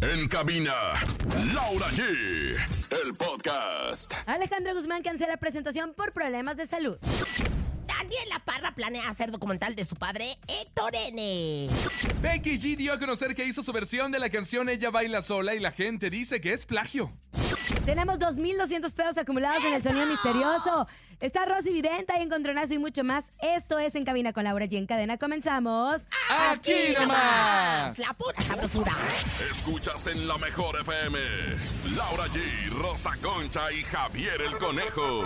En cabina, Laura G. El podcast. Alejandra Guzmán cancela presentación por problemas de salud. Daniela Parra planea hacer documental de su padre, Héctor N. Becky G dio a conocer que hizo su versión de la canción Ella baila sola y la gente dice que es plagio. Tenemos 2.200 pesos acumulados en el sonido misterioso. Está Rosy Videnta y Encontronazo y mucho más. Esto es En Cabina con Laura y en cadena comenzamos. ¡Aquí nomás! La pura sabrosura. Escuchas en la mejor FM. Laura G, Rosa Concha y Javier el Conejo.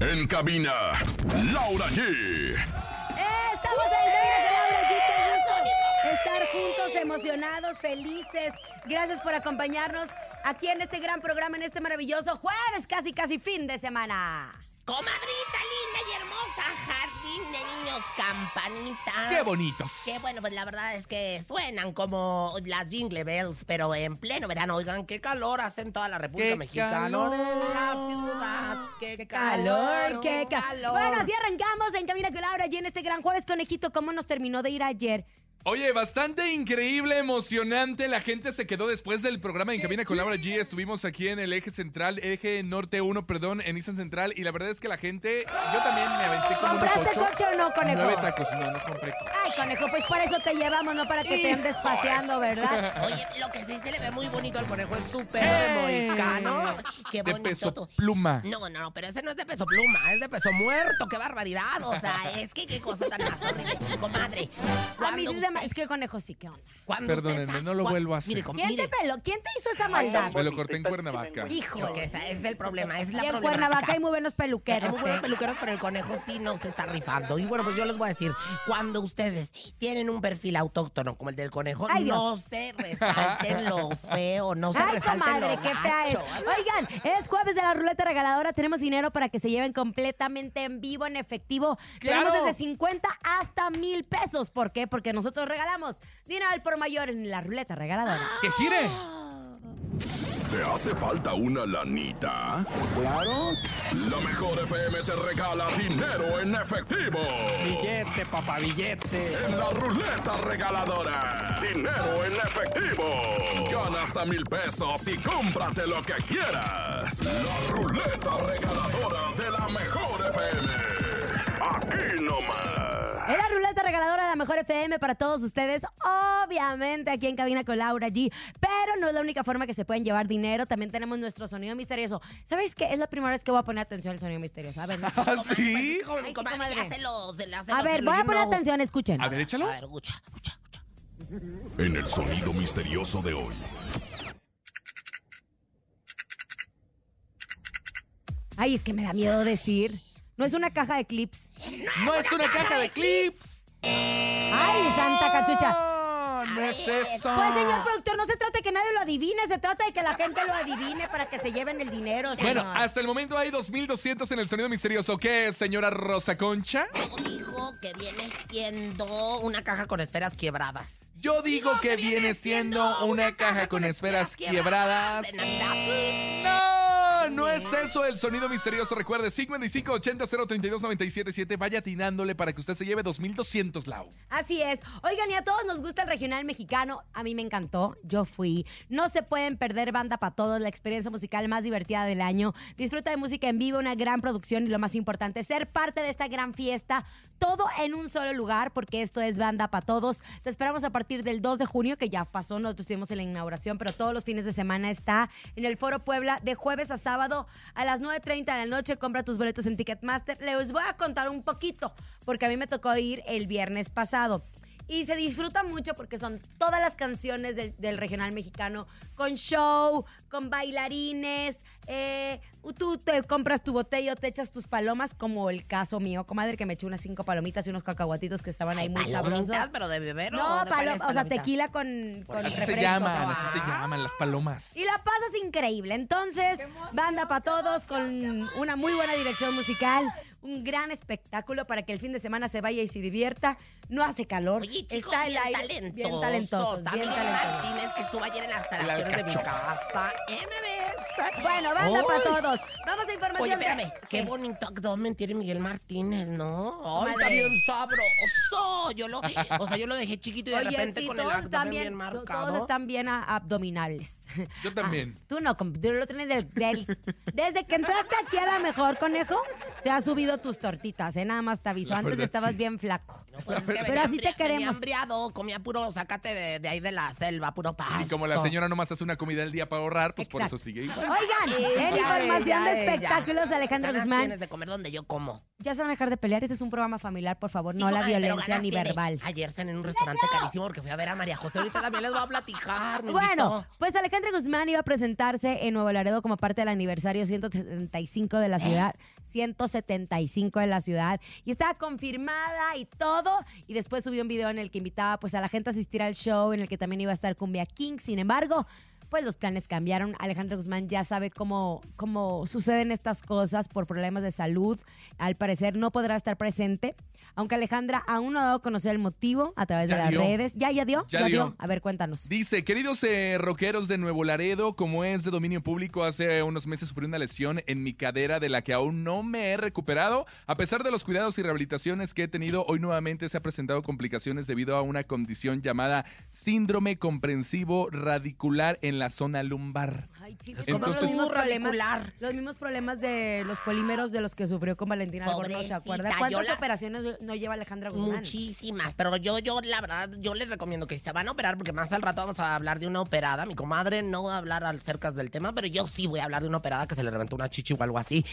En cabina, Laura G. Estamos en Cabina con Laura y qué gusto estar juntos, emocionados, felices. Gracias por acompañarnos aquí en este gran programa, en este maravilloso jueves, casi casi fin de semana. Comadrita linda y hermosa, jardín de niños, campanita. ¡Qué bonitos! Que bueno, pues la verdad es que suenan como las Jingle Bells, pero en pleno verano. Oigan, qué calor hace en toda la República ¡Qué Mexicana. calor! en la ciudad. Qué, calor, qué calor. Bueno, así arrancamos en Cabina con Laura y en este gran jueves, conejito, ¿cómo nos terminó de ir ayer? Oye, bastante increíble, emocionante. La gente se quedó después del programa en Cabina con Laura G. Estuvimos aquí en el eje central, eje norte 1, perdón, en Nissan Central. Y la verdad es que la gente, yo también me aventé como unos ¿Compraste 8. coche o no, conejo? Nueve tacos, no, no compré coche. Ay, conejo, pues para eso te llevamos, no para que te andes paseando, ¿verdad? Oye, lo que sí se le ve muy bonito al conejo es súper ¡Ey! mohicano. Qué De bonito peso tú. pluma. No, no, no, pero ese no es de peso pluma, es de peso muerto. ¡Qué barbaridad! O sea, es que qué cosa tan más horrible, comadre. A mí Cuando sí se me... usted- Es que conejo sí, ¿qué onda? cuando usted Perdónenme, está- no lo cua- vuelvo a hacer. Mire, com- ¿Quién Oh, mire, te peló? ¿Quién te hizo esa maldad? Me lo corté en Cuernavaca. Hijo. es que esa- ese es el problema, es la y en problemática. Cuernavaca hay muy buenos Hay peluqueros. muy buenos ¿eh? peluqueros, pero el conejo sí no se está rifando. Y bueno, pues yo les voy a decir, cuando ustedes tienen un perfil autóctono como el del conejo, Ay, Dios. no se resalten lo feo, no se Ay, resalten comadre, lo qué fea es. gacho. Oigan, es jueves de la ruleta regaladora. Tenemos dinero para que se lleven completamente en vivo, en efectivo. ¡Claro! Tenemos desde 50 hasta mil pesos. ¿Por qué? Porque nosotros regalamos dinero al por mayor en la ruleta regaladora. ¡Que gire! ¿Te hace falta una lanita? Claro, La mejor FM te regala dinero en efectivo. billete, papá, billete. En la ruleta regaladora. Dinero en efectivo. Gana hasta mil pesos y cómprate lo que quieras. La ruleta regaladora de la mejor FM. Aquí nomás. Es la ruleta regaladora de la mejor FM para todos ustedes. Obviamente aquí en cabina con Laura G. Pero no es la única forma que se pueden llevar dinero. También tenemos nuestro sonido misterioso. ¿Sabéis qué? Es la primera vez que voy a poner atención al sonido misterioso. A ver, no. ¿Ah, pues, sí? Como- sí, comadre, comadre. hácelo, se la- se a lo- ver, se lo voy a poner lleno. atención. Escuchen. A ver, échalo. A ver, escucha, escucha, escucha. En el sonido misterioso de hoy. Ay, es que me da miedo decir. No es una caja de clips. ¡No es una caja de clips! Ay, santa cachucha. ¡No, Ah, no es eso! Pues, señor productor, no se trata de que nadie lo adivine, se trata de que la gente lo adivine para que se lleven el dinero. Bueno, señor. hasta el momento hay 2.200 en el sonido misterioso. ¿Qué es, señora Rosa Concha? Luego dijo que viene siendo una caja con esferas quebradas. Yo digo que viene siendo una caja con esferas quebradas. De Navidad. ¡No! No es eso el sonido misterioso. Recuerde, 5580 032 977. Vaya atinándole para que usted se lleve 2.200, Lau. Así es. Oigan, y a todos nos gusta el regional mexicano. A mí me encantó. Yo fui. No se pueden perder Banda para Todos, la experiencia musical más divertida del año. Disfruta de música en vivo, una gran producción y lo más importante, ser parte de esta gran fiesta. Todo en un solo lugar, porque esto es Banda para Todos. Te esperamos a partir del 2 de junio, que ya pasó. Nosotros estuvimos en la inauguración, pero todos los fines de semana está en el Foro Puebla de jueves a sábado a las 9.30 de la noche. Compra tus boletos en Ticketmaster. Les voy a contar un poquito, porque a mí me tocó ir el viernes pasado. Y se disfruta mucho porque son todas las canciones del, del regional mexicano, con show, con bailarines, eh, tú te compras tu botella, te echas tus palomas, como el caso mío, comadre, que me eché unas cinco palomitas y unos cacahuatitos que estaban ahí muy Palomitas, sabrosos. pero de beber o No, palo- de pales, o sea, palomita. tequila con, Por con eso Así se refresco. llaman, así se Ah. llaman las palomas. Y la pasas increíble. Entonces, banda para todos con una muy buena dirección musical, un gran espectáculo para que el fin de semana se vaya y se divierta. No hace calor. Oye, chicos, Está el bien, aire- talentosos, Bien talentosos, A bien Miguel talentosos. Martínez, que estuvo ayer en las instalaciones de mi alcachofa. casa. MBS. Bueno, banda para todos. Vamos a información. Oye, de- espérame, qué ¿Qué? bonito abdomen tiene Miguel Martínez, ¿no? Ay, está Madre. bien sabroso. Yo lo, o sea, yo lo dejé chiquito y de Oye, repente sí, con el todos abdomen están bien, bien, to- marcado. todos están bien a- abdominales. Yo también. Ah, tú no, com- tú lo tienes del, del- Desde que entraste aquí a la mejor, conejo, te has subido tus tortitas, ¿eh? Nada más te aviso. La Antes verdad, estabas sí. bien flaco. No, pues es que Pero venía así te hambri- venía queremos. hambriado, comía puro, sácate de, de ahí de la selva, puro pasto. Y como la señora nomás hace una comida al día para ahorrar, pues por Exacto. eso sigue igual. Oigan, Ya, en información ya, de ya. espectáculos, Alejandro Ganas Guzmán. tienes de comer donde yo como. Ya se van a dejar de pelear. Este es un programa familiar, por favor. Sí, no la comadre, pero violencia ganas ni tiene. verbal. Ayer cené en un restaurante carísimo porque fui a ver a María José. Ahorita también les voy a platijar. me Bueno, invitó. pues Alejandra Guzmán iba a presentarse en Nuevo Laredo como parte del aniversario 175 de la ciudad. Eh. 175 de la ciudad y estaba confirmada y todo y después subió un video en el que invitaba pues a la gente a asistir al show en el que también iba a estar Cumbia King sin embargo pues los planes cambiaron Alejandra Guzmán ya sabe cómo, cómo suceden estas cosas por problemas de salud al parecer no podrá estar presente aunque Alejandra aún no ha dado a conocer el motivo a través Ya de las dio. redes ya ya dio Ya dio. a ver cuéntanos Dice, queridos eh, rockeros de Nuevo Laredo, como es de dominio público, hace unos meses sufrí una lesión en mi cadera de la que aún no me he recuperado. A pesar de los cuidados y rehabilitaciones que he tenido, hoy nuevamente se ha presentado complicaciones debido a una condición llamada síndrome comprensivo radicular en la zona lumbar. Ay, sí, Es pues, como los un mismos burro problemas, auricular. los mismos problemas de los polímeros de los que sufrió con Valentina Albornoz, ¿se Pobrecita, acuerda? yo ¿Cuántas la- operaciones no lleva Alejandra Guzmán? Muchísimas, pero yo, yo, la verdad, yo les recomiendo que si se van a operar, porque más al rato vamos a hablar de una operada. Mi comadre no va a hablar acerca del tema, pero yo sí voy a hablar de una operada que se le reventó una chichi o algo así.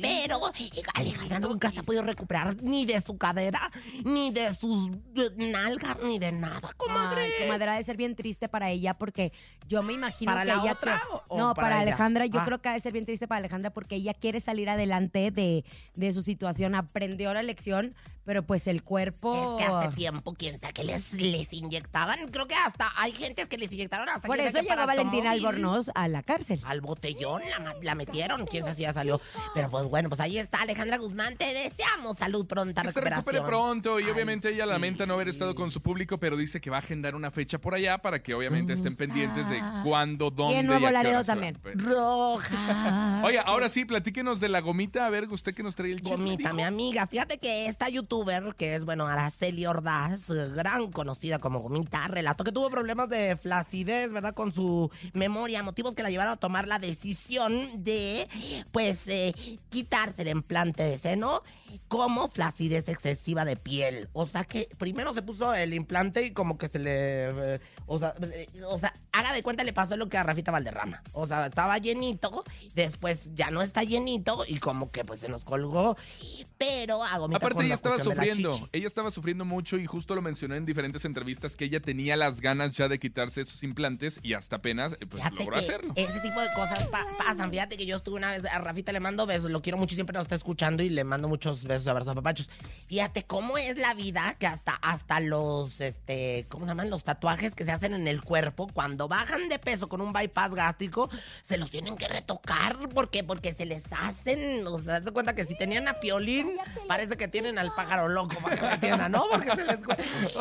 Pero eh, Alejandra nunca se ha podido recuperar ni de su cadera, ni de sus eh, nalgas, ni de nada, comadre. Ay, comadre, ha de ser bien triste para ella porque yo me imagino ¿Para que la ella otra que- o- o no, para para, ella? Alejandra yo Ah. creo que ha de ser bien triste para Alejandra porque ella quiere salir adelante de, de su situación, aprendió la lección, pero pues el cuerpo... Es que hace tiempo, quién sabe que les, les inyectaban. Creo que hasta hay gentes que les inyectaron hasta Por quién sabe eso qué llegó Valentina paratomóvil. Albornoz a la cárcel. Al botellón la, ma- la metieron, quién sabe si ya salió. Pero pues bueno, pues ahí está Alejandra Guzmán. Te deseamos salud pronta, Que se recuperación. recupere pronto y Ay, obviamente ella lamenta no haber sí. estado con su público, pero dice que va a agendar una fecha por allá para que obviamente estén pendientes de cuándo, dónde y, a Nuevo qué hora Laredo se va a también. operar. Roja. Oye, ahora sí, platíquenos de la gomita, a ver, usted que nos trae el chisme. Gomita, dijo. mi amiga. Fíjate que esta youtuber, que es, bueno, Araceli Ordaz, eh, gran conocida como Gomita, relató que tuvo problemas de flacidez, ¿verdad? Con su memoria, motivos que la llevaron a tomar la decisión de, pues, eh, quitarse el implante de seno como flacidez excesiva de piel. O sea que primero se puso el implante y como que se le... eh, o, sea, eh, o sea, haga de cuenta le pasó lo que a Rafita Valderrama. O sea, estaba llenito, después ya no está llenito y como que pues se nos colgó. Pero a Gomita Aparte con ella la estaba cuestión de la sufriendo, chichi. ella estaba sufriendo mucho y justo lo mencionó en diferentes entrevistas que ella tenía las ganas ya de quitarse esos implantes y hasta apenas eh, pues, Fíjate logró que hacerlo. ese tipo de cosas pa- pasan. Fíjate que yo estuve una vez, a Rafita le mando besos, lo quiero mucho, siempre nos está escuchando y le mando muchos besos, abrazos, papachos. Fíjate cómo es la vida que hasta, hasta los, este, ¿cómo se llaman? Los tatuajes que se hacen en el cuerpo, cuando bajan de peso con un bypass gástrico, se los tienen que retocar. ¿Por qué? Porque se les hacen, o sea, se cuenta que si tenían a Piolín, parece que tienen al pájaro loco, para que me entiendan, ¿no? Porque se les...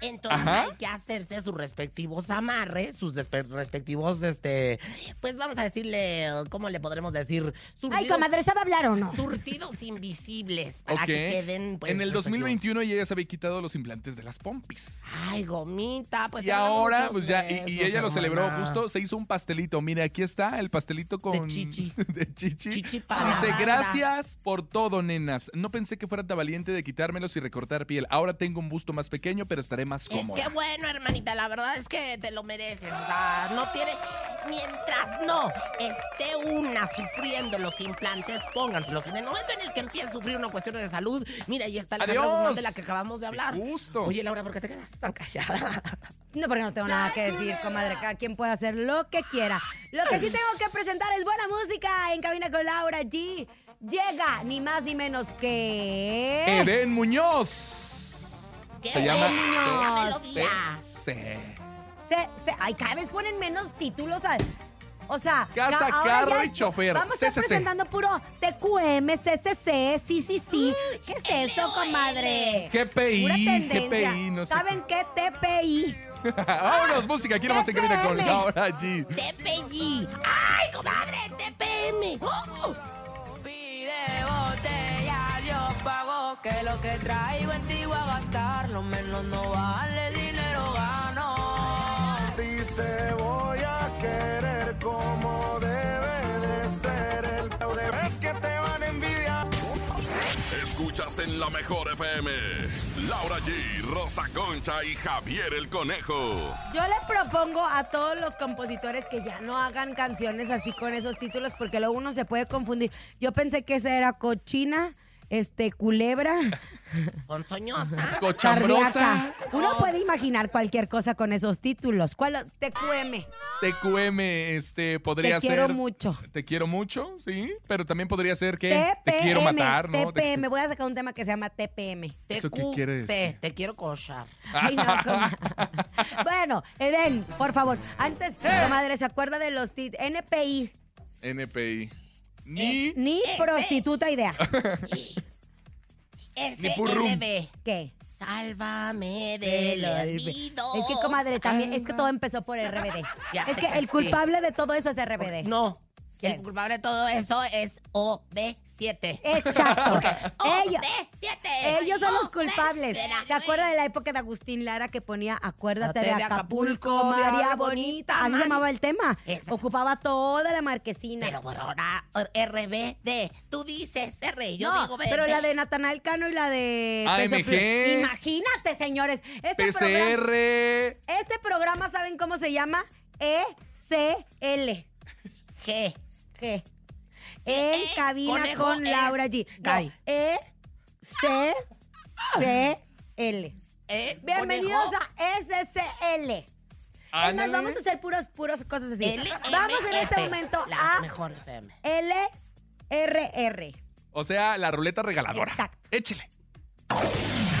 Entonces Ajá. hay que hacerse sus respectivos amarres, sus despe- respectivos, este, pues vamos a decirle, ¿cómo le podremos decir? Ay, Surcidos- comadre, ¿sabe hablar o no? Surcidos invisibles para Ok. que queden, pues. en el respectivos. 2021 ella ya se había quitado los implantes de las pompis. Ay, gomita, pues. y te mandamos ahora, muchos pues ya, y- y, besos, ella lo celebró hermana. justo, se hizo un pastelito. Mire, aquí está el pastelito con... chichi. de chichi. Chichi para la Dice, banda. gracias por todo, nenas. No pensé que fuera tan valiente de quitármelos y recortar piel. Ahora tengo un busto más pequeño, pero estaré más Eh, cómoda. Qué bueno, hermanita, la verdad es que te lo mereces. O sea, no tiene. Mientras no esté una sufriendo los implantes, pónganselos. En el momento en el que empiece a sufrir una cuestión de salud, mira, ahí está la ¡Adiós! reunión de la que acabamos de ¡Qué hablar. gusto! Oye, Laura, ¿por qué te quedas tan callada? No, porque no tengo nada que decir, comadre. Cada quien puede hacer lo que quiera. Lo que sí tengo que presentar es buena música en Cabina con Laura G. Llega ni más ni menos que... Eden Muñoz. ¿Qué? Se llama- Una Sí. melodía. Sí. Se- se- ay, cada vez ponen menos títulos. al- o sea, Casa, ca- ahora carro ya y chofer. Vamos a estar CCC. presentando puro TQM, CCC, sí, sí, sí. ¿Qué es eso, LOL. comadre? Pura GPI, tendencia. GPI, no sé. ¿Saben qué? TPI. Vámonos, música, aquí Ah, nomás se camina con FM. Laura G. TPG. ¡Ay, comadre! ¡TPM! ¡Oh! Pide botella, yo pago que lo que traigo en ti voy a gastar, lo menos no vale dinero gano. ti te voy a querer como debe de ser el peor de vez que te van a envidiar. Escuchas en la mejor FM. Laura G, Rosa Concha y Javier el Conejo. Yo le propongo a todos los compositores que ya no hagan canciones así con esos títulos porque luego uno se puede confundir. Yo pensé que esa era cochina, este, culebra, Ponzoñosa. Cochambrosa, cardíaca. Uno puede imaginar cualquier cosa con esos títulos. ¿Cuál? TQM. TQM, este, podría Te quiero ser- mucho. Te quiero mucho, sí, pero también podría ser que te quiero matar, ¿no? Te- TPM. Voy a sacar un tema que se llama TPM. ¿Eso qué TQC, quiere decir? Te quiero cochar. Ay, no, comadre. bueno, Eden, por favor. Antes, Eh. comadre, ¿se acuerda de los tit- NPI? NPI. Ni Ni prostituta idea. purrum. SLB. ¿Qué? Sálvame del olvido. Es que, Ah, comadre, también, es que todo empezó por RBD. Ya es sé que que el sí. culpable de todo eso es RBD. No. ¿Quién? El culpable de todo eso es OB7. Exacto. Porque Ellos, OB7. ellos son los OB7. culpables. ¿Te acuerdas de la época de Agustín Lara que ponía Acuérdate de Acuérdate de Acapulco, Acapulco, de María María Bonita? Bonita, Así se man. llamaba el tema. Exacto. Ocupaba toda la marquesina. Pero por ahora, RBD. Tú dices R, yo no, digo B. pero la de Natanael Cano y la de... AMG. Peso Pluma. Imagínate, señores. Este programa, PCR. este programa, ¿saben cómo se llama? E ECL. G. G. En Eh, E cabina conejo con es Laura G. No, gay. E, C, C, L. E, Bienvenidos conejo. a SCL. Es más, Ándale. vamos a hacer puros, puros cosas así. LMF, Vamos en este momento la a mejor FM. LRR. O sea, la ruleta regaladora. Exacto. Échele.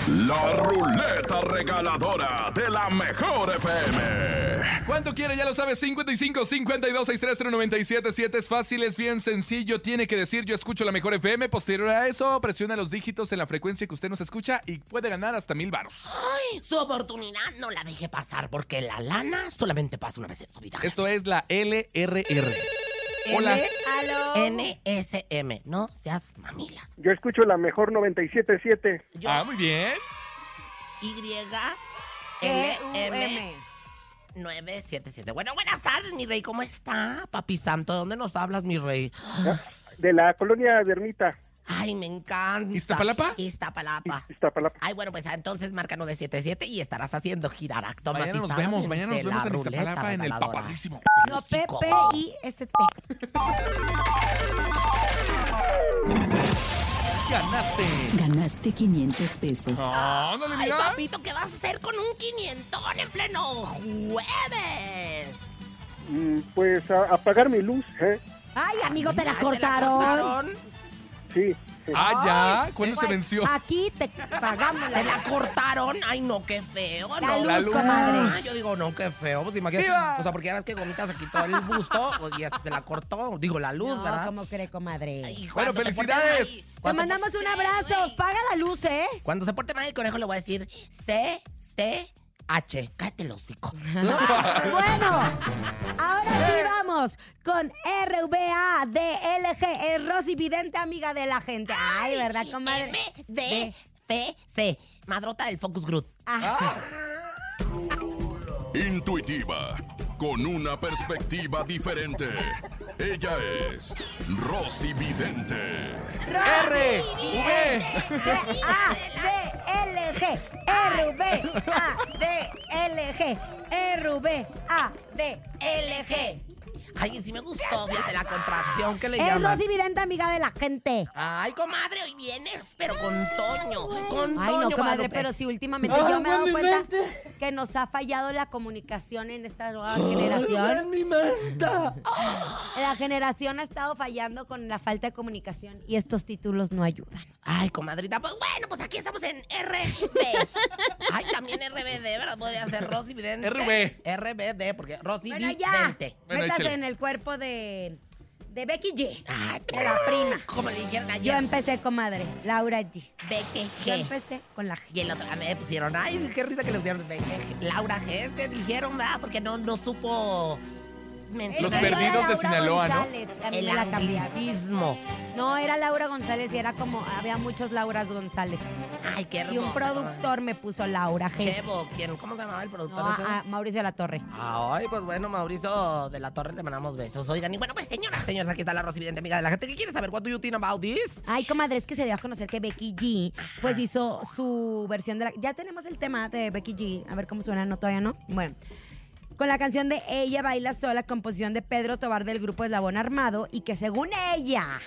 La ruleta regaladora de la mejor FM. ¿Cuánto quiere? Ya lo sabes. 55 52 63 977 Es fácil, es bien sencillo. Tiene que decir yo escucho la mejor FM. Posterior a eso, presiona los dígitos en la frecuencia que usted nos escucha y puede ganar hasta mil baros. Su oportunidad no la deje pasar porque la lana solamente pasa una vez en su vida. Esto es la LRR. Hola. Aló. NSM, no seas mamilas. Yo escucho la mejor 97.7. Yo, Ah, muy bien. Y, E-U-M. LM 977. Bueno, buenas tardes, mi rey. ¿Cómo está, papi santo? ¿De dónde nos hablas, mi rey? De la colonia de Ermita, Ay, me encanta. ¿Iztapalapa? Iztapalapa. Iztapalapa. Ay, bueno, pues entonces marca 977 y estarás haciendo girar Mañana automáticamente nos vemos. Mañana nos vemos la en ruleta Iztapalapa en el regaladora. papadísimo. No, Sí, sí, como- P-P-I-S-T. Ganaste. Ganaste 500 pesos. Ándale, Ay, mira. papito, ¿qué vas a hacer con un quinientón en pleno jueves? Mm, Pues a, a apagar mi luz, ¿eh? Ay, amigo, te la Ay, cortaron. Sí. sí. Ah, ya. ¿Cuándo se Pues, venció? Aquí te pagamos la ¿Te la cortaron? Ay, no, qué feo. La no. luz, La luz. comadre. Ah, yo digo, no, qué feo. Pues imagínate. ¡Viva! O sea, porque ya ves que gomitas se quitó el busto pues, y hasta se la cortó. Digo, la luz, No, ¿verdad? ¿Cómo cree, comadre? Ay, cuando Bueno, te portes felicidades. mal- Te cuando mandamos por- un abrazo. Paga la luz, ¿eh? Cuando se porte mal el conejo le voy a decir C, T, H. Cállate el hocico. Bueno, ahora sí vamos con RVA DLG, el eh, Rosy Vidente, amiga de la gente. Ay, ¿verdad, comadre? M, D, F, C. Madrota del Focus Group. Ah, Intuitiva, con una perspectiva diferente. Ella es Rosy Vidente. R. V. A, DLG, RVA DLG, RVA DLG. L, G. Ay, sí me gustó, fíjate, la contracción que le Es llaman. Rosy Vidente, amiga de la gente. Ay, comadre, hoy vienes, pero con Toño, con Ay, Toño no, comadre, Guadalupe. pero sí, últimamente yo me he dado cuenta que nos ha fallado la comunicación en esta nueva generación. mi manta! La generación ha estado fallando con la falta de comunicación y estos títulos no ayudan. Ay, comadrita, pues bueno, pues aquí estamos en RBD. Ay, también RBD, ¿verdad? Podría ser Rosy Vidente. RB. RBD, porque Rosy Bueno, ya. Vidente. Bueno, Métase échale. en el cuerpo de, de Becky G. Ay, De la prima. em- Como le dijeron Yo ayer, empecé, comadre. Laura G. Yo BKG. empecé con la G. Y el otro, a mí me pusieron, ay, qué risa que le pusieron BKG. Laura G, es que dijeron, ¿verdad? Porque no, no supo mencionar Los Esa era perdidos de Laura Sinaloa, ¿no? González. A mí el me la cambiaron. anglicismo. No, era Laura González y era como, había muchos Lauras González. Ay, qué hermoso. Y un productor me puso Laura G. Chevo, ¿quién? ¿Cómo se llamaba el No, productor ese? a, a Mauricio de la Torre. Ay, pues bueno, Mauricio de la Torre, le mandamos besos. Oigan, y bueno, pues señoras, señores, aquí está la Rosy Vidente, amiga de la gente. ¿Qué quiere saber? ¿What do you think about this? Ay, comadre, es que se dio a conocer que Becky G, pues hizo su versión de la... Ya tenemos el tema de Becky G, a ver cómo suena, no, todavía no. Bueno, con la canción de Ella Baila Sola, composición de Pedro Tobar del grupo Eslabón Armado, y que según ella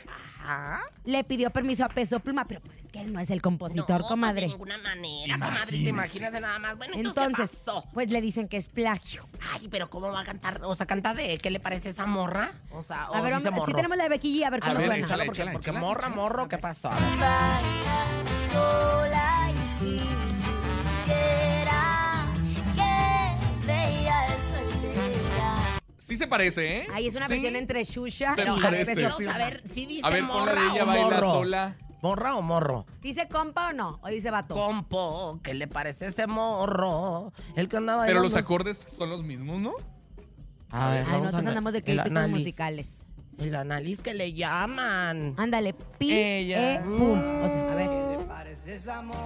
Ajá. le pidió permiso a Peso Pluma, pero pues es que él no es el compositor, pues, comadre. De ninguna manera, comadre, te imaginas de nada más. Bueno, entonces, Entonces, ¿qué pasó? pues le dicen que es plagio. Ay, pero ¿cómo va a cantar? O sea, ¿canta de qué le parece esa morra? O sea, o A ver, Oh, dice vamos, morro. si tenemos la de Becky G, a ver A cómo ver, suena. échala, porque, Échala, porque échala, morra, échala. morro, ¿qué pasó? A ver. Baila sola y si supiera que de ella es soltera. Sí se parece, ¿eh? Ahí es una Sí. versión entre Shusha Se y Pero a ver, parece, Peso quiero sí. saber si dice A ver, ponle morra de ella o baila morro. sola. ¿Morra o morro? ¿Dice compa o no? ¿O dice vato? Compo, ¿qué le parece ese morro? El que andaba Pero los bailando- acordes son los mismos, ¿no? A ver, Ay, vamos Ah, nosotros a- andamos de el críticos análisis. musicales. El análisis que le llaman. Ándale, pi, Ella. e, pum. O sea, a ver.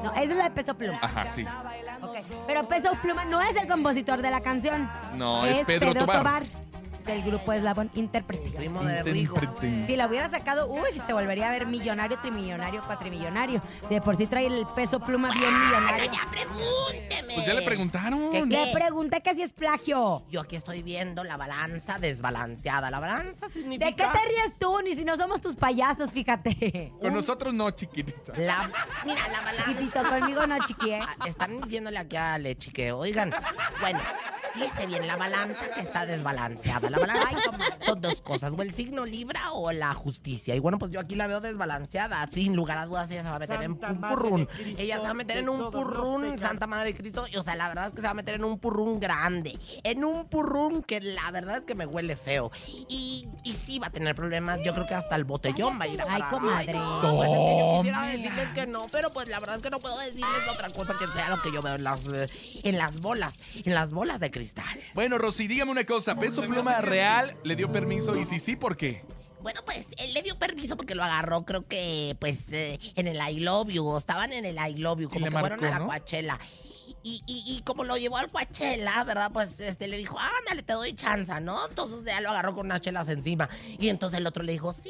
No, esa es la de Peso Pluma. Ajá, sí. Ok. Pero Peso Pluma no es el compositor de la canción. No, es Pedro Tobar. del grupo Eslabón Intérprete. Primo de Rigo. Si la hubiera sacado, uy, se volvería a ver millonario, trimillonario, cuatrimillonario. Si de por sí trae el Peso Pluma bien millonario. Ya pregúnteme. Pues ya le preguntaron. ¿Qué, Le pregunté que si es plagio. Yo aquí estoy viendo la balanza desbalanceada. La balanza significa. ¿De qué te ríes tú? Ni si no somos tus payasos, fíjate. Con nosotros no, chiquitita. La, mira, la Chiquitito, balanza. conmigo no, chiqui, ¿eh? Ah, Están diciéndole aquí a Lechi que, oigan, bueno, fíjese bien, la balanza que está desbalanceada. La balanza son dos cosas, o el signo Libra o la justicia. Y bueno, pues yo aquí la veo desbalanceada. Sin lugar a dudas, ella se va a meter en un purrún. Ella se va a meter en un purrún, Santa Madre de Cristo. Y, o sea, la verdad es que se va a meter en un purrún grande. En un purrún que la verdad es que me huele feo. Y, y sí va a tener problemas. Yo creo que hasta el botellón va a ir a Ay, parar. comadre. no, pues es que yo quisiera decirles que no, pero pues la verdad es que no puedo decirles otra cosa que sea lo que yo veo en las, eh, en las bolas, en las bolas de cristal. Bueno, Rosy, dígame una cosa. ¿Peso Pluma real le dio permiso? Y si sí, ¿por qué? Bueno, pues él le dio permiso porque lo agarró, creo que, pues, eh, en el I Love You, o estaban en el I Love You, como le que fueron marcó, a la ¿no? Coachella. Y, y, y como lo llevó al Coachella, ¿verdad? Pues este le dijo, ándale, te doy chanza, ¿no? Entonces ya lo agarró con unas chelas encima. Y entonces el otro le dijo, sí,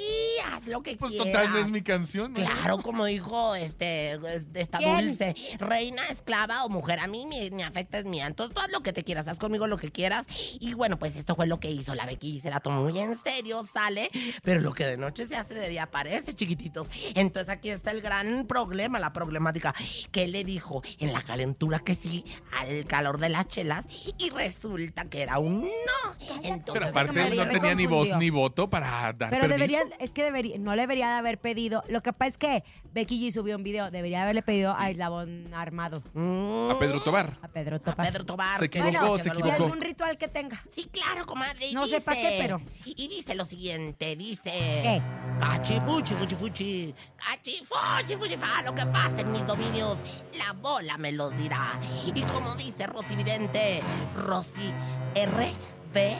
haz lo que Pues quieras. total, no es mi canción. ¿no? Claro, como dijo este, esta ¿Quién? dulce, reina, esclava o mujer, a mí me, me afecta es mía. Entonces tú haz lo que te quieras, haz conmigo lo que quieras. Y bueno, pues esto fue lo que hizo la Becky y se la tomó muy en serio, sale. Pero lo que de noche se hace de día aparece, chiquititos. Entonces aquí está el gran problema, la problemática. Que le dijo en la calentura que sí, al calor de las chelas, y resulta que era un no. Pero Entonces, Esa aparte camarilla no me tenía ni voz confundió. ni voto para dar Pero permiso. debería, es que debería, no le debería de haber pedido. Lo que pasa es que Becky G subió un video, debería haberle pedido a Eslabón Armado, mm, A Pedro Tobar. a Pedro a Topa. Pedro Tobar. Se que le equivocó, está se haciendo algo Y equivocó. algún ritual que tenga. Sí, claro, comadre. y No sé dice- pa' qué, pero- Y dice lo siguiente, dice... ¿Qué? Cachifuchi, fuchi, fuchi. Cachifuchi, fuchi, fa. Lo que pasa en mis dominios, la bola me los dirá. Y como dice Rosy Vidente, Rosy R, V,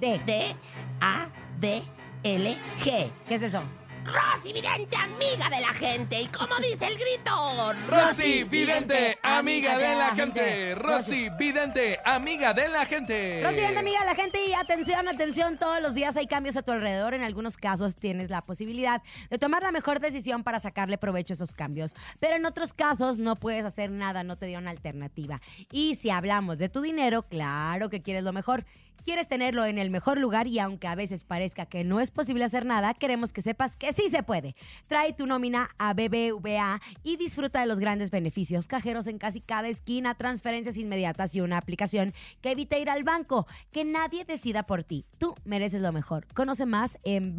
D. D, A, D, L, G. ¿Qué es eso? Rosy Vidente, amiga de la gente. Y como dice el grito, Rosy Vidente, amiga de la gente. Rosy Vidente, amiga de la gente. Lo siguiente, amiga, la gente, y atención, atención, todos los días hay cambios a tu alrededor. En algunos casos tienes la posibilidad de tomar la mejor decisión para sacarle provecho a esos cambios. Pero en otros casos no puedes hacer nada, no te dio una alternativa. Y si hablamos de tu dinero, claro que quieres lo mejor. Quieres tenerlo en el mejor lugar y aunque a veces parezca que no es posible hacer nada, queremos que sepas que sí se puede. Trae tu nómina a BBVA y disfruta de los grandes beneficios. Cajeros en casi cada esquina, transferencias inmediatas y una aplicación que evita ir al banco. Que nadie decida por ti. Tú mereces lo mejor. Conoce más en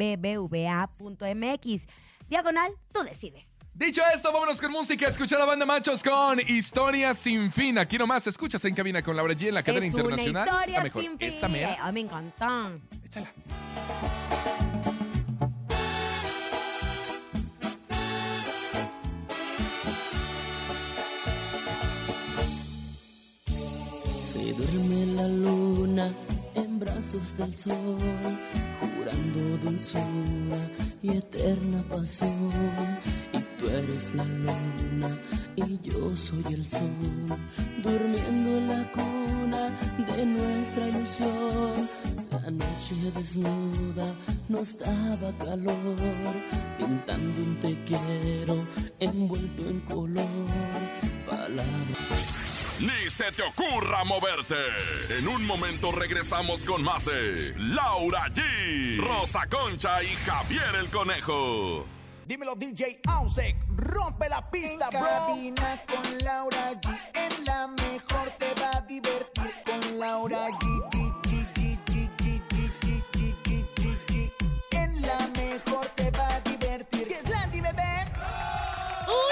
bbva.mx. Diagonal, tú decides. Dicho esto, vámonos con música. Escuchar a la banda Machos con Historia sin fin. Aquí nomás escuchas en cabina con Laura G en la cadena es internacional. una historia la mejor. sin fin. Esa mera. Ay, me encantó. Échala. Se duerme la luna en brazos del sol, jurando dulzura y eterna pasión. Y tú eres la luna y yo soy el sol, durmiendo en la cuna de nuestra ilusión. La noche desnuda nos daba calor, pintando un te quiero envuelto en color, palabras. Ni se te ocurra moverte. En un momento regresamos con más de Laura G, Rosa Concha y Javier el Conejo. Dímelo DJ Ausek, rompe la pista, bro. Cabina con Laura G, en la mejor te va a divertir con Laura G. G, G, G, G, G, G, G, G, G, G, G. En la mejor te va a divertir. ¡Que es Landy, bebé!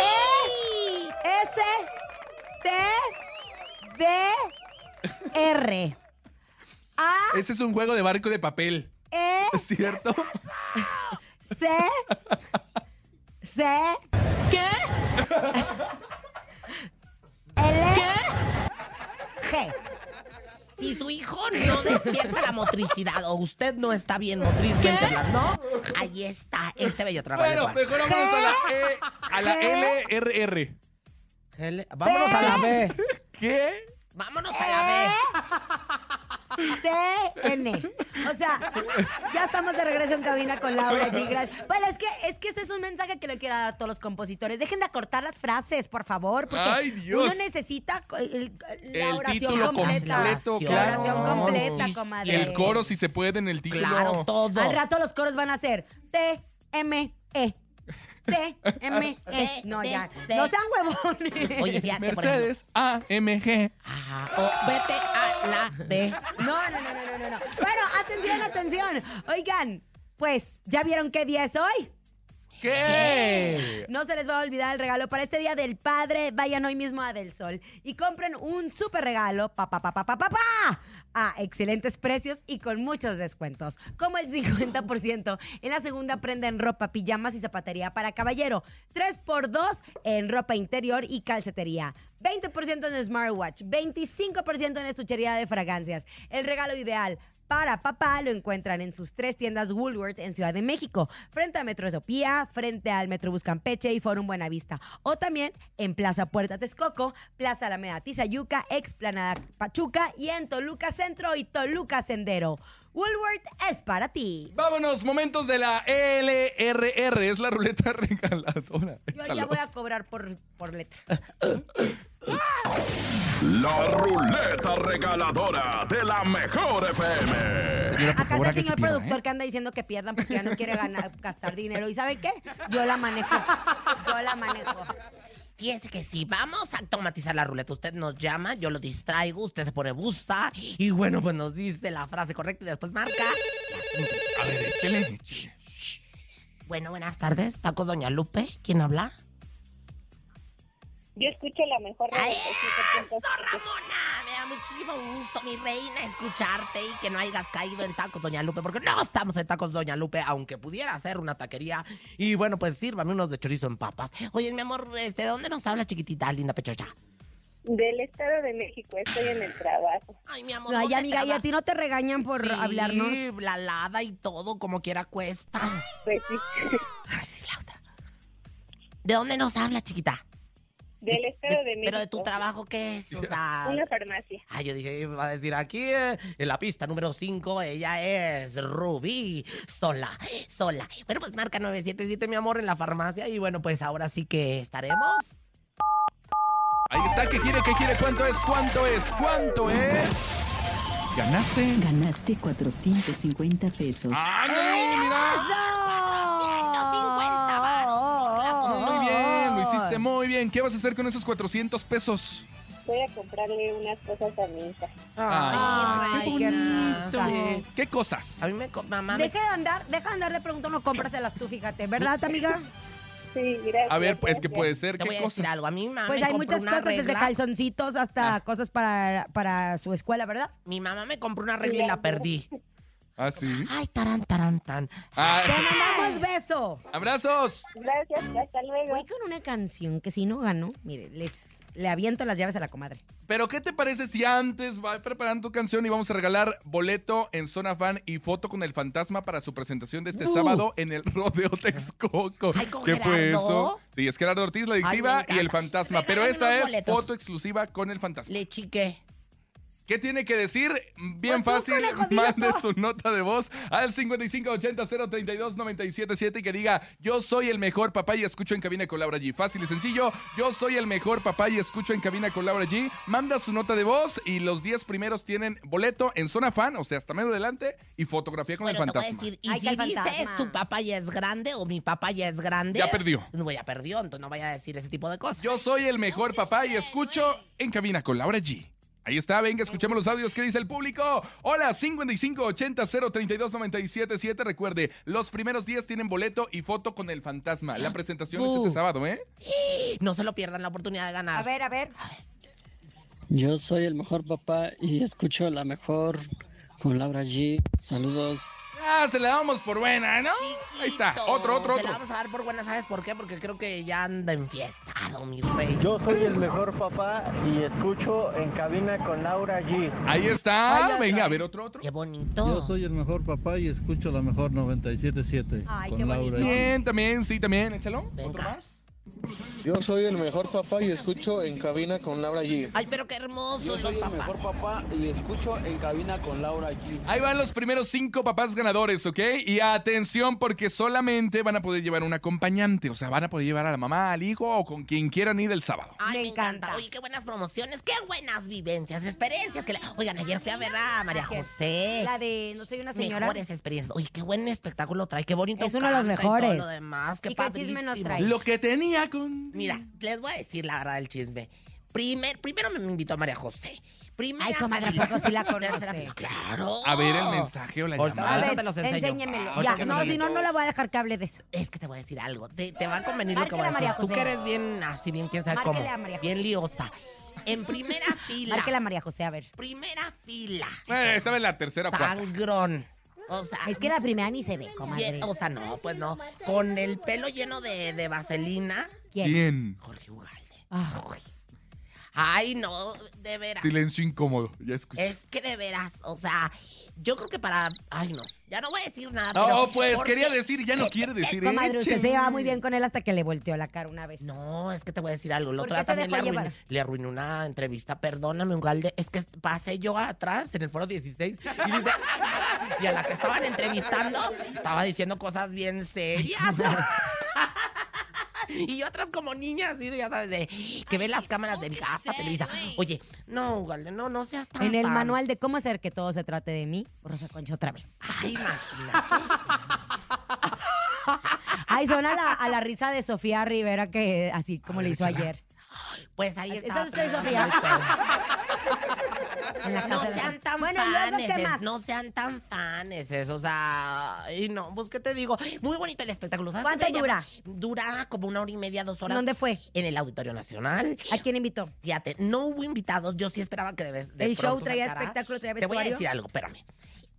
E S T D R A Ese es un juego de barco de papel. E ¿Es cierto? C C ¿Qué? L G Si su hijo no despierta la motricidad o usted no está bien motrizmente hablando, ahí está este bello trabajo. de Bueno, pues, Juan. mejor vamos a la E, a la LRR. Gele- Vámonos a la B. ¿Qué? Vámonos a Eh, la B. T N. O sea, ya estamos de regreso en cabina con Laura G. Gracias. Bueno, es que, es que este es un mensaje que le quiero dar a todos los compositores. Dejen de acortar las frases, por favor. Porque Ay, Dios. uno necesita co- el- la El oración título completa. completo, La claro. oración completa, Sí, comadre. El coro, si se puede, en el título. Claro, todo. Al rato los coros van a ser T, M, E. T, M, E. T, No, T, ya. T. No sean huevones. Oye, fíjate, por ejemplo. Mercedes AMG. Ajá, o vete a la D. No, no, no, no, no, no. Bueno, atención, atención. Oigan, pues, ¿ya vieron qué día es hoy? ¿Qué? No se les va a olvidar el regalo para este día del padre. Vayan hoy mismo a Del Sol y compren un super regalo. Pa, pa, pa, pa, pa, pa, pa, A excelentes precios y con muchos descuentos, como el 50%. En la segunda prenda en ropa, pijamas y zapatería para caballero. 3x2 en ropa interior y calcetería. 20% en smartwatch, 25% en estuchería de fragancias. El regalo ideal para papá lo encuentran en sus tres tiendas Woolworth en Ciudad de México, frente a Metro Etopía, frente al Metrobús Campeche y Forum Buenavista. O también en Plaza Puerta Texcoco, Plaza Alameda Tizayuca, Explanada Pachuca y en Toluca Centro y Toluca Sendero. Woolworth es para ti. Vámonos, momentos de la LRR. Es la ruleta regaladora. Yo ya Échalo. voy a cobrar por, por letra. La ruleta regaladora de la mejor FM. Señora, por Acá favor, está el haga señor que pierda, productor ¿eh? que anda diciendo que pierdan porque ya no quiere ganar, gastar dinero. ¿Y sabe qué? Yo la manejo. Yo la manejo. Fíjese que si vamos a automatizar la ruleta, usted nos llama, yo lo distraigo, usted se pone busa y bueno, pues nos dice la frase correcta y después marca. A ver, échale, échale. Bueno, buenas tardes, está con Doña Lupe. ¿Quién habla? Yo escucho la mejor radio. ¡Ay, del ¡Eso, 100.7. Ramona! Me da muchísimo gusto, mi reina, escucharte y que no hayas caído en tacos, Doña Lupe, porque no estamos en tacos, Doña Lupe, aunque pudiera ser una taquería. Y bueno, pues sírvame unos de chorizo en papas. Oye, mi amor, este, ¿de dónde nos habla chiquitita, linda pechocha? Del Estado de México, estoy en el trabajo. Ay, mi amor, No, ay, ¿dónde amiga, y a trabaja? ti no te regañan por Sí, hablarnos. la lada y todo, como quiera cuesta. Pues sí, Ay, sí, la otra. ¿De dónde nos habla, chiquita? del Estado de México. Pero de tu trabajo, ¿qué es? O sea... Una farmacia. Ah, yo dije, iba a decir aquí, eh, en la pista número 5, ella es Rubí, sola, sola. Bueno, pues marca 977, mi amor, en la farmacia. Y bueno, pues ahora sí que estaremos. Ahí está, ¿qué quiere? ¿Qué quiere? ¿Cuánto es? ¿Cuánto es? ¿Cuánto es? ¿Ganaste? Ganaste 450 pesos. Ah, ¡Ándale, mira! Muy bien, lo hiciste muy bien. ¿Qué vas a hacer con esos 400 pesos? Voy a comprarle unas cosas a mi hija. Ay, Ay, qué bonito. ¿Qué cosas? A mí me... co- Mamá, me- Deja de andar, deja de andar de preguntar, no cómpraselas tú, fíjate, ¿verdad, amiga? Sí, gracias. A ver, pues que puede te ser. ¿Qué voy a decir cosas? algo. A mi mamá Pues me hay compró muchas una cosas, desde regla. Ah. calzoncitos hasta cosas para, para su escuela, ¿verdad? Mi mamá me compró una regla y la perdí. Ah, sí. Ay, tarán, tarán, tan. Ah, ¡Te mandamos beso! ¡Abrazos! Gracias, hasta luego. Voy con una canción que si no gano, mire, les, le aviento las llaves a la comadre. Pero ¿qué te parece si antes va preparando tu canción y vamos a regalar boleto en Zona Fan y foto con el fantasma para su presentación de este ¡Bu! sábado en el Rodeo Texcoco? Uh. Ay, ¿con ¿Qué fue Gerardo? eso? Sí, es Gerardo Ortiz, la me adictiva y encanta. el fantasma. Pero Regálame esta unos es boletos. foto exclusiva con el fantasma. Le chiqué. ¿Qué tiene que decir? Bien Pues tú, fácil, conejo, dilo mande tú. su nota de voz al 5580-032-977 y que diga, yo soy el mejor papá y escucho en cabina con Laura G. Fácil y sencillo, yo soy el mejor papá y escucho en cabina con Laura G. Manda su nota de voz y los 10 primeros tienen boleto en zona fan, o sea, hasta medio adelante, y fotografía con Bueno, el te voy a fantasma. decir, y Ay, que si el dice fantasma. su papá ya es grande o mi papá ya es grande. Ya perdió. No, ya perdió, entonces no vaya a decir ese tipo de cosas. Yo soy el mejor papá y escucho en cabina con Laura G. Ahí está, venga, escuchemos los audios que dice el público. Hola, 5580-032-977. Recuerde, los primeros 10 tienen boleto y foto con el fantasma. La presentación es este Uh. sábado, ¿eh? No se lo pierdan la oportunidad de ganar. A ver, a ver. Yo soy el mejor papá y escucho la mejor con Laura G. Saludos. Ah, se la damos por buena, ¿no? Ahí está, otro, otro, Te la otro. vamos a dar por buena, ¿sabes por qué? Porque creo que ya anda enfiestado, mi rey. Yo soy el mejor papá y escucho en cabina con Laura G. Ahí Ahí está, está. venga, a ver otro, otro. Qué Yo bonito. soy el mejor papá y escucho la mejor 977 Ay, qué con Laura. bonito. Bien, también, sí, también, échalo. Otro Venga. más. Yo soy el mejor papá y escucho en cabina con Laura G. Ay, pero qué hermoso. Yo soy el mejor papá y escucho en cabina con Laura G. Ahí van los primeros cinco papás ganadores, ¿ok? Y atención, porque solamente van a poder llevar un acompañante. O sea, van a poder llevar a la mamá, al hijo o con quien quieran ir el sábado. Ay, Me me, encanta. encanta. Oye, qué buenas promociones, qué buenas vivencias, experiencias. Que le- Oigan, ayer fui a ver a María José. La de No soy una señora. Mejores experiencias. Oye, qué buen espectáculo trae, qué bonito. Es uno de los canta y todo mejores. lo demás, qué ¿Y qué chisme nos padrísimo. trae? Lo que tenía con. Mira, les voy a decir la verdad del chisme. Primer, primero me invitó a María José. Primera Ay, comadre, ¿a fila. poco sí la Tercera conoce? fila, Claro. A ver el mensaje o la Ahorita A llamada. Ahorita ver, te los enseño. enséñemelo. Ahorita Ya, te no, los si no, no la voy a dejar que hable de eso. Es que te voy a decir algo. Te, te va a convenir lo que Márcale voy a a María decir. Tú José. que eres bien así, bien quién sabe Márcale cómo. a María José. Bien liosa. En primera fila. Márquela a María José, a ver. Primera fila. Eh, estaba en la tercera cuarta. Sangrón. O sea, Es que la primera ni se ve, comadre. llen- Ah, o sea, no, pues no. Con el pelo lleno de, de vaselina. ¿Quién? Bien. Jorge Ugalde. Ah, güey. Ay, no, de veras. Silencio incómodo. Ya Eh, escuché. Es que de veras, o sea, yo creo que para. Ay, no, ya no voy a decir nada. No, pero- pues porque- quería decir, ya no quiere decir. Eh, Comadre, usted écheme. se llevaba muy bien con él hasta que le volteó la cara una vez. No, es que te voy a decir algo. La ¿Por otra qué se también le dejó arruiné, llevar? le arruiné una entrevista. Perdóname, Ugalde. Es que pasé yo atrás en el foro 16 y, dice- y a la que estaban entrevistando estaba diciendo cosas bien serias. Y yo atrás como niña, así de, ya sabes, de que ve las cámaras de mi casa, Televisa. Oye, no, Ugalde, no, no seas tan En el fans. manual de cómo hacer que todo se trate de mí, Rosa Concha otra vez. Ay, imagínate. Ay, suena a la, a la risa de Sofía Rivera, que así como A le ver, hizo échala. ayer. Pues ahí Eso está. es eso, Sofía. En la No casa de la- sean tan Bueno, luego, ¿qué fanes, más? no sean tan fanes, o sea, y no, pues qué te digo, muy bonito el espectáculo. ¿sabes ¿Cuánto qué me llama? dura? Dura como una hora y media, dos horas. ¿Dónde fue? En el Auditorio Nacional. ¿A quién invitó? Fíjate, no hubo invitados, yo sí esperaba que debes. De el show pronto traía sacara- espectáculo, traía Te voy a vestuario. decir algo, espérame.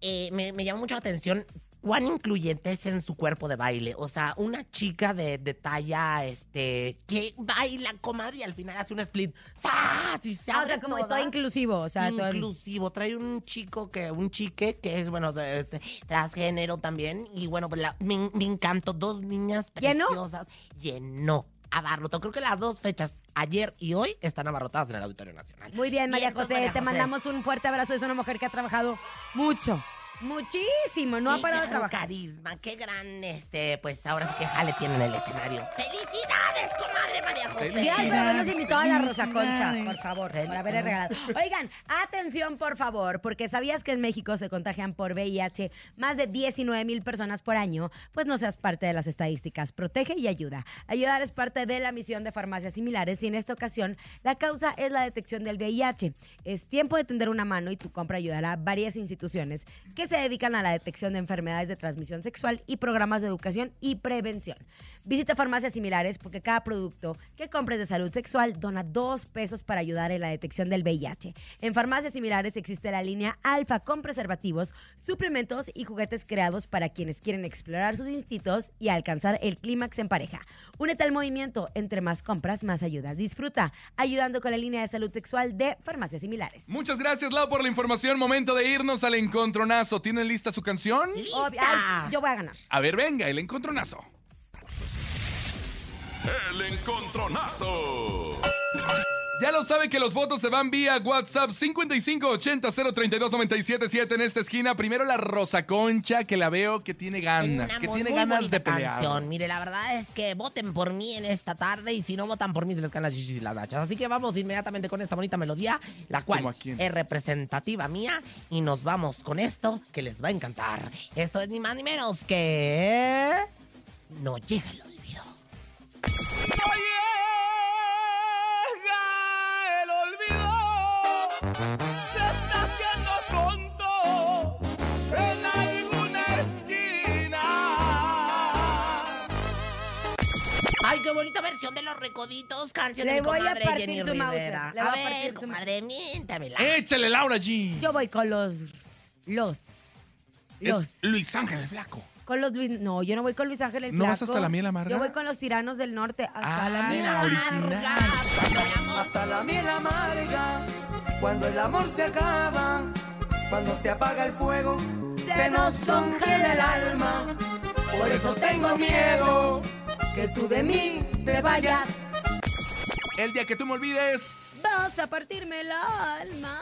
Eh, me, me llamó mucho la atención cuán incluyente es en su cuerpo de baile. O sea, una chica de, de talla, este, que baila, comadre, y al final hace un split. ¡Sas! Y se Ah, o abre sea, como todo toda inclusivo, o sea, todo el- inclusivo. Trae un chico que, un chique que es, bueno, de- este, transgénero también. Y bueno, pues la- me, me encantó. Dos niñas ¿Llenó? preciosas. Llenó. Abarrotó. Creo que las dos fechas, ayer y hoy, están abarrotadas en el Auditorio Nacional. Muy bien, María Vientos, José, pues, María te José. mandamos un fuerte abrazo. Es una mujer que ha trabajado mucho, muchísimo, no ha Qué parado de gran trabajar. carisma, qué gran, este, pues ahora sí que jale tienen el escenario. ¡Felicidades, comadre! madre, María José. Ya, pero no nos invitó a la Rosa Concha, por favor, por haberle regalado. Oigan, atención, por favor, porque sabías que en México se contagian por VIH más de 19 mil personas por año. Pues no seas parte de las estadísticas. Protege y ayuda. Ayudar es parte de la misión de farmacias similares y en esta ocasión la causa es la detección del VIH. Es tiempo de tender una mano y tu compra ayudará a varias instituciones que se dedican a la detección de enfermedades de transmisión sexual y programas de educación y prevención. Visita farmacias similares porque cada producto que compres de salud sexual dona dos pesos para ayudar en la detección del VIH. En farmacias similares existe la línea Alfa con preservativos, suplementos y juguetes creados para quienes quieren explorar sus instintos y alcanzar el clímax en pareja. Únete al movimiento, entre más compras, más ayudas. Disfruta ayudando con la línea de salud sexual de farmacias similares. Muchas gracias, Lau, por la información. Momento de irnos al encontronazo. ¿Tienen lista su canción? Obvio- ay, yo voy a ganar. A ver, venga, el encontronazo. El encontronazo. Ya lo sabe que los votos se van vía WhatsApp 5580 032 977 en esta esquina. Primero la Rosa Concha, que la veo que tiene ganas, que Muy- tiene muy ganas bonita de pelear. canción. Mire, la verdad es que voten por mí en esta tarde y si no votan por mí se les caen las chichis y las hachas. Así que vamos inmediatamente con esta bonita melodía, la cual es representativa mía y nos vamos con esto que les va a encantar. Esto es ni más ni menos que... No llega el olvido. llega el olvido. Se está haciendo pronto en alguna esquina. Ay, qué bonita versión de Los Recoditos, canción Le de mi voy a comadre partir Jenny su mouse. Rivera. Le a, voy a ver, partir su comadre, miéntamela. Échale, Laura G. Yo voy con los. Los. Los. Es Luis Ángel el Flaco. Con los Luis. No, yo no voy con Luis Ángel el ¿No vas Flaco. hasta la Ah, miel amarga? Yo voy con los tiranos del norte. Hasta la miel la amarga. Hasta la miel amarga, cuando el amor se acaba, cuando se apaga el fuego, se nos congela el alma. Por eso tengo miedo que tú de mí te vayas. El día que tú me olvides. Vas a partirme el alma.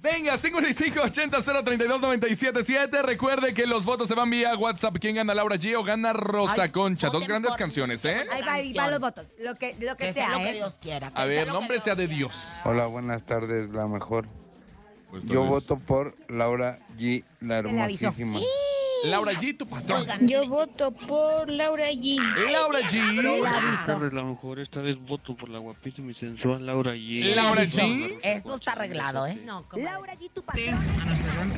Venga, 5580 032 977 Recuerde que los votos se van vía WhatsApp. ¿Quién gana Laura G o gana Rosa Concha? Dos grandes canciones, ¿eh? Ahí va, ahí va los votos. Lo que, lo que, Que sea, sea lo que ¿eh? Dios quiera. A ver, nombre sea de Dios. Hola, buenas tardes, la mejor. tú Yo eres- voto por Laura G, la la avisó. hermosísima. Laura G, tu patrón. Yo voto por Laura G. Laura G. Buenas tardes, la mejor. Esta vez voto por la guapísima y sensual Laura G. Laura G. Esto está arreglado, ¿eh? No, Laura G, tu patrón.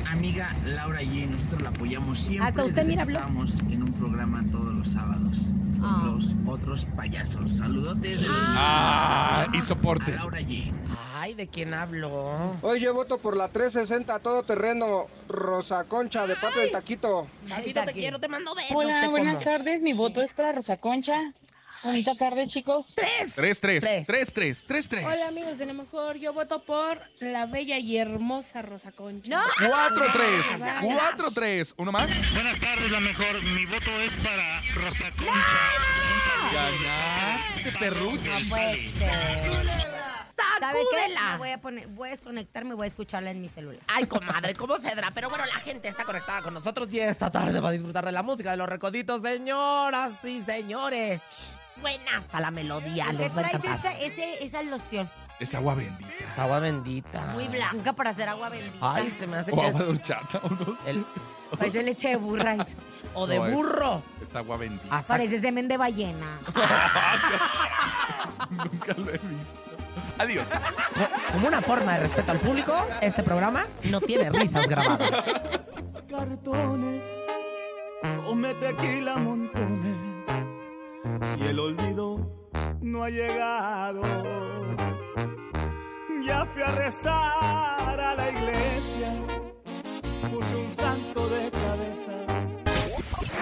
amiga Laura G. Nosotros la apoyamos siempre. Hasta usted, desde mira, que habló. Estamos en un programa todos los sábados. Ah. Los otros payasos. Saludotes. de- Ah, y soporte. A Laura G. Ay, ¿de quién hablo? Hoy yo voto por la 360 todoterreno Rosa Concha de parte del Taquito. Taquito, te quiero, te mando besos. Hola, te buenas como. tardes. Mi voto es para Rosa Concha. Bonita tarde, chicos. Tres. 3-3. 3-3. 3-3. Hola, amigos de lo mejor. Yo voto por la bella y hermosa Rosa Concha. 4-3. 4-3. ¿Uno más? Buenas tardes, la mejor. Mi voto es para Rosa Concha. Ganaste, perrucho. pues. ¿Sabe qué? ¡Sacúdela! Me voy a poner, voy a desconectarme y voy a escucharla en mi celular. Ay, comadre, ¿cómo cedrá? Pero bueno, la gente está conectada con nosotros y esta tarde va a disfrutar de la música de los recoditos, señoras y señores. Buenas a la melodía, ¿Qué les va a traes encantar. esa, ese- esa loción? Es agua bendita. Es agua bendita. Muy blanca para hacer agua bendita. Ay, se me hace O que agua de es... horchata, ¿o no? Parece leche de burra. eso. O de No, es- burro. Es agua bendita. Hasta Parece semen de ballena. Nunca lo he visto. Adiós. Como una forma de respeto al público, este programa no tiene risas grabadas. Cartones, come tequila montones y el olvido no ha llegado. Ya fui a rezar a la iglesia, puse un santo de cabeza.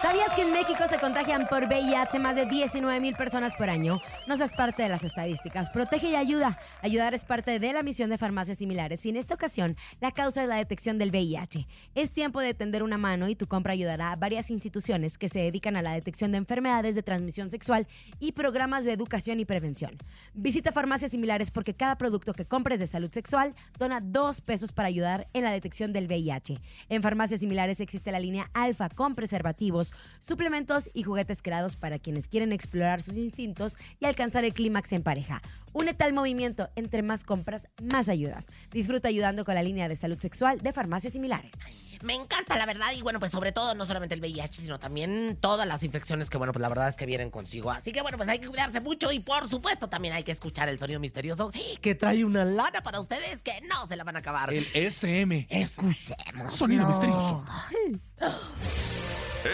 ¿Sabías que en México se contagian por VIH más de 19 mil personas por año? No seas parte de las estadísticas. Protege y ayuda. Ayudar es parte de la misión de farmacias similares y en esta ocasión la causa es la detección del VIH. Es tiempo de tender una mano y tu compra ayudará a varias instituciones que se dedican a la detección de enfermedades de transmisión sexual y programas de educación y prevención. Visita farmacias similares porque cada producto que compres de salud sexual dona dos pesos para ayudar en la detección del VIH. En farmacias similares existe la línea Alfa con preservativos, suplementos y juguetes creados para quienes quieren explorar sus instintos y alcanzar el clímax en pareja. Únete al movimiento, entre más compras, más ayudas. Disfruta ayudando con la línea de salud sexual de farmacias similares. Me encanta, la verdad. Y bueno, pues sobre todo, no solamente el VIH, sino también todas las infecciones que, bueno, pues la verdad es que vienen consigo. Así que, bueno, pues hay que cuidarse mucho y, por supuesto, también hay que escuchar el sonido misterioso que trae una lana para ustedes que no se la van a acabar. El SM. Escuchemos. Sonido misterioso.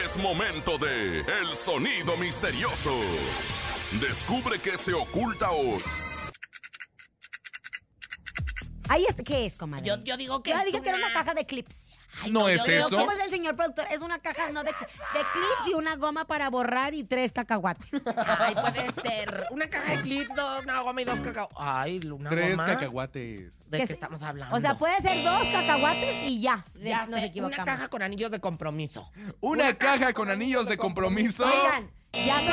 Es momento de El Sonido Misterioso. Descubre qué se oculta hoy. Ahí está. ¿Qué es, comadre? Yo, yo digo que Ya es dije que era una una- caja de clips. Ay, No es yo digo eso. que- ¿Cómo es el señor productor? Es una caja no, de, de clips y una goma para borrar y tres cacahuates. Ay, puede ser. Una caja de clips, do- una goma y dos cacao. Ay, una Tres goma. cacahuates. ¿De Que qué se- estamos hablando? O sea, puede ser dos cacahuates y ya. Le- Ya nos sé, equivocamos. Una caja con anillos de compromiso. Una, caja con anillos de compromiso. Oigan, ya sé,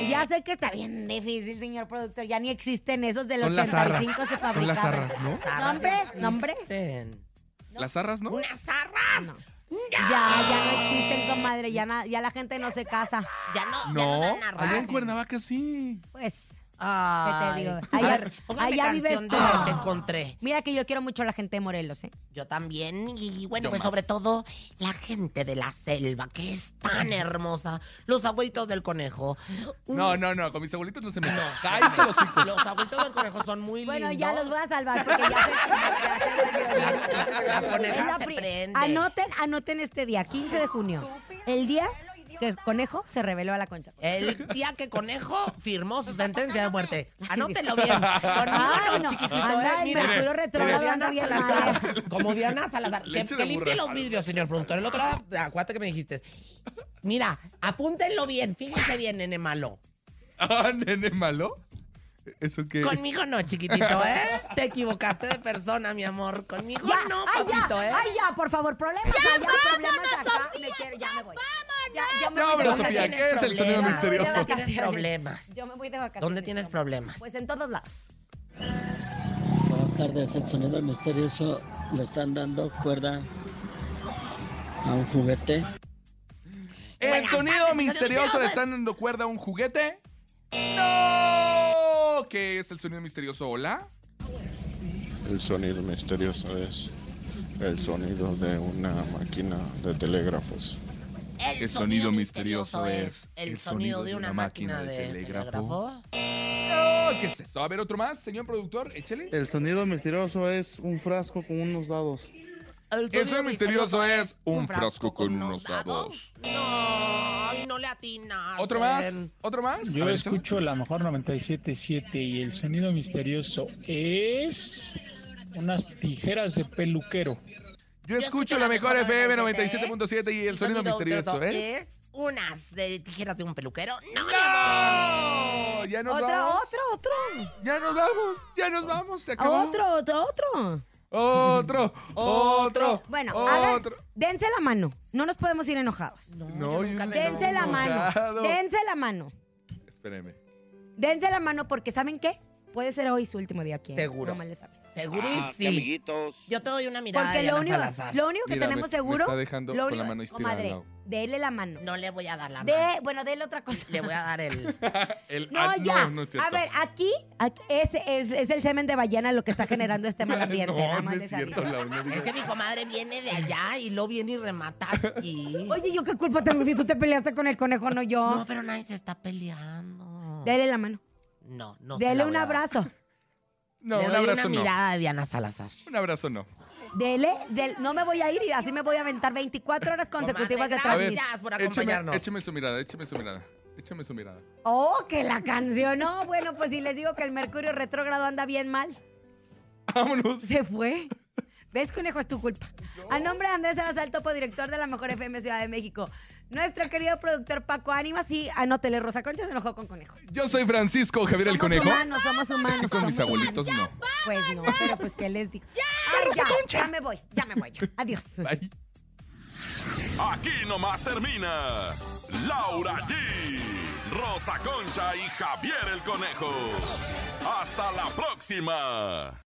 que, ya sé que está bien difícil, señor productor. Ya ni existen esos del Son las 85 se arras. Son las fabricaban. arras, ¿no? ¿Nombre? ¿Nombre? Las arras, ¿no? ¡Unas zarras! No. Ya, ya no existen, comadre. Ya, na- ya la gente no se casa. Ya no, ya no No. dan arras. Allá en Cuernavaca sí. Pues, Ay. ¿Qué te digo? A Allá- ver, póngame allá canción vives de tú. Te Encontré. mira que yo quiero mucho a la gente de Morelos, ¿eh? Yo también. Y bueno, Yo pues más. sobre todo la gente de la selva, que es tan hermosa. Los abuelitos del conejo. No, no, no. Con mis abuelitos no se me. Cállese los hocico. Los abuelitos del conejo son muy Bueno, lindos. ya los voy a salvar porque ya se, ya se volvió bien. La coneja Es la se pri- prende. Anoten, anoten este día, 15 de junio. El día que el conejo se reveló a la concha. El día que Conejo firmó su sentencia de muerte. Anótelo bien. Conmigo Ay, no, no. chiquito. Anda eh, el mira. Mercurio retrógrado, Como anda Diana bien Salazar. Como Diana Salazar. Que, Leche de que limpie burra. los vidrios, señor productor. El otro lado, acuérdate que me dijiste. Mira, apúntenlo bien. Fíjense bien, nene malo. Ah, nene malo. ¿Eso qué? Conmigo no, chiquitito, ¿eh? Te equivocaste de persona, mi amor. Conmigo Ya, no, ay, papito, ya, ¿eh? ay, ya, por favor, problemas allá, problemas acá. Me quiero, ya me voy. Ya, ya me voy de Ya vámonos, ¿Dónde Sofía, vacaciones. tienes ¿qué es el sonido problemas? misterioso? ¿Dónde tienes Vacaciones. problemas? Yo me voy de vacaciones. ¿Dónde tienes comadre. problemas? Pues en todos lados. Buenas tardes, el sonido misterioso le están dando cuerda a un juguete. El Buenas sonido tardes, misterioso misterioso. le están dando cuerda a un juguete. ¡No! ¿Qué es el sonido misterioso? ¿Hola? El sonido misterioso es el sonido de una máquina de telégrafos. El, El sonido misterioso es el sonido de una máquina de telégrafo. telégrafo. No, ¿qué es eso? A ver, otro más, señor productor, échale. El sonido misterioso es un frasco con unos dados. El sonido misterioso es un frasco con unos dados. No, ay, no le atinas. ¿Otro más? ¿Otro más? A Yo ver, escucho la mejor 977 y el sonido misterioso es unas tijeras de peluquero. Yo escucho la mejor FM 97.7 y el sonido misterioso ¿eh? es... es... unas eh, tijeras de un peluquero. No, mi amor. ¡No! Ya nos Otro, vamos. otro, otro. Ya nos vamos. Ya nos vamos. Se acabó. Otro, otro, otro. Otro. Otro. Bueno, hagan, otro. dense la mano. No nos podemos ir enojados. No, yo no Dense la mano. enojado. Dense la mano. Espéreme. Dense la mano porque ¿saben qué? Puede ser hoy su último día aquí. ¿eh? Seguro. No más les aviso. Seguro y sí. Yo te doy una mirada Porque de lo Ana único, Salazar. lo único que Mira, me- tenemos me seguro. está dejando lo con único- la mano estirada comadre, al lado. Dele la mano. No le voy a dar la mano. De, bueno, dele otra cosa. Le voy a dar el... El- No, ah, ya. No, no es cierto. a ver, aquí, aquí- ese es, es el semen de ballena lo que está generando este mal ambiente. No, nada no más es les cierto. aviso. la verdad. Es que mi comadre viene de allá y luego viene y remata aquí. Oye, ¿yo qué culpa tengo si tú te peleaste con el conejo, no yo? No, pero nadie se está peleando. Dele la mano. No, no se dele la voy un a dar. abrazo. No, Le un doy abrazo una no. mirada de Diana Salazar. Un abrazo no. Dele, del- no me voy a ir y así me voy a aventar 24 horas consecutivas de Comadre, Gracias A ver, transmisión. por écheme, acompañarnos. écheme su mirada, écheme su mirada. Écheme su mirada. Oh, que la canción. No, bueno, pues si les digo que el Mercurio retrógrado anda bien mal. Vámonos. Se fue. ¿Ves, conejo? Es tu culpa. A nombre de Andrés Salazar Topo, director de la Mejor FM Ciudad de México. Nuestro querido productor Paco Ánimas, sí, ah, anótele, Rosa Concha se enojó con conejo. Yo soy Francisco Javier el Somos Conejo. humanos, somos humanos. Es que con mis somos abuelitos humanos. no. Pues no, pero pues que les digo. ¡Ya, Rosa ya, Concha! ya me voy, ya me voy. yo. Adiós. Aquí nomás termina Laura G, Rosa Concha y Javier el Conejo. Hasta la próxima.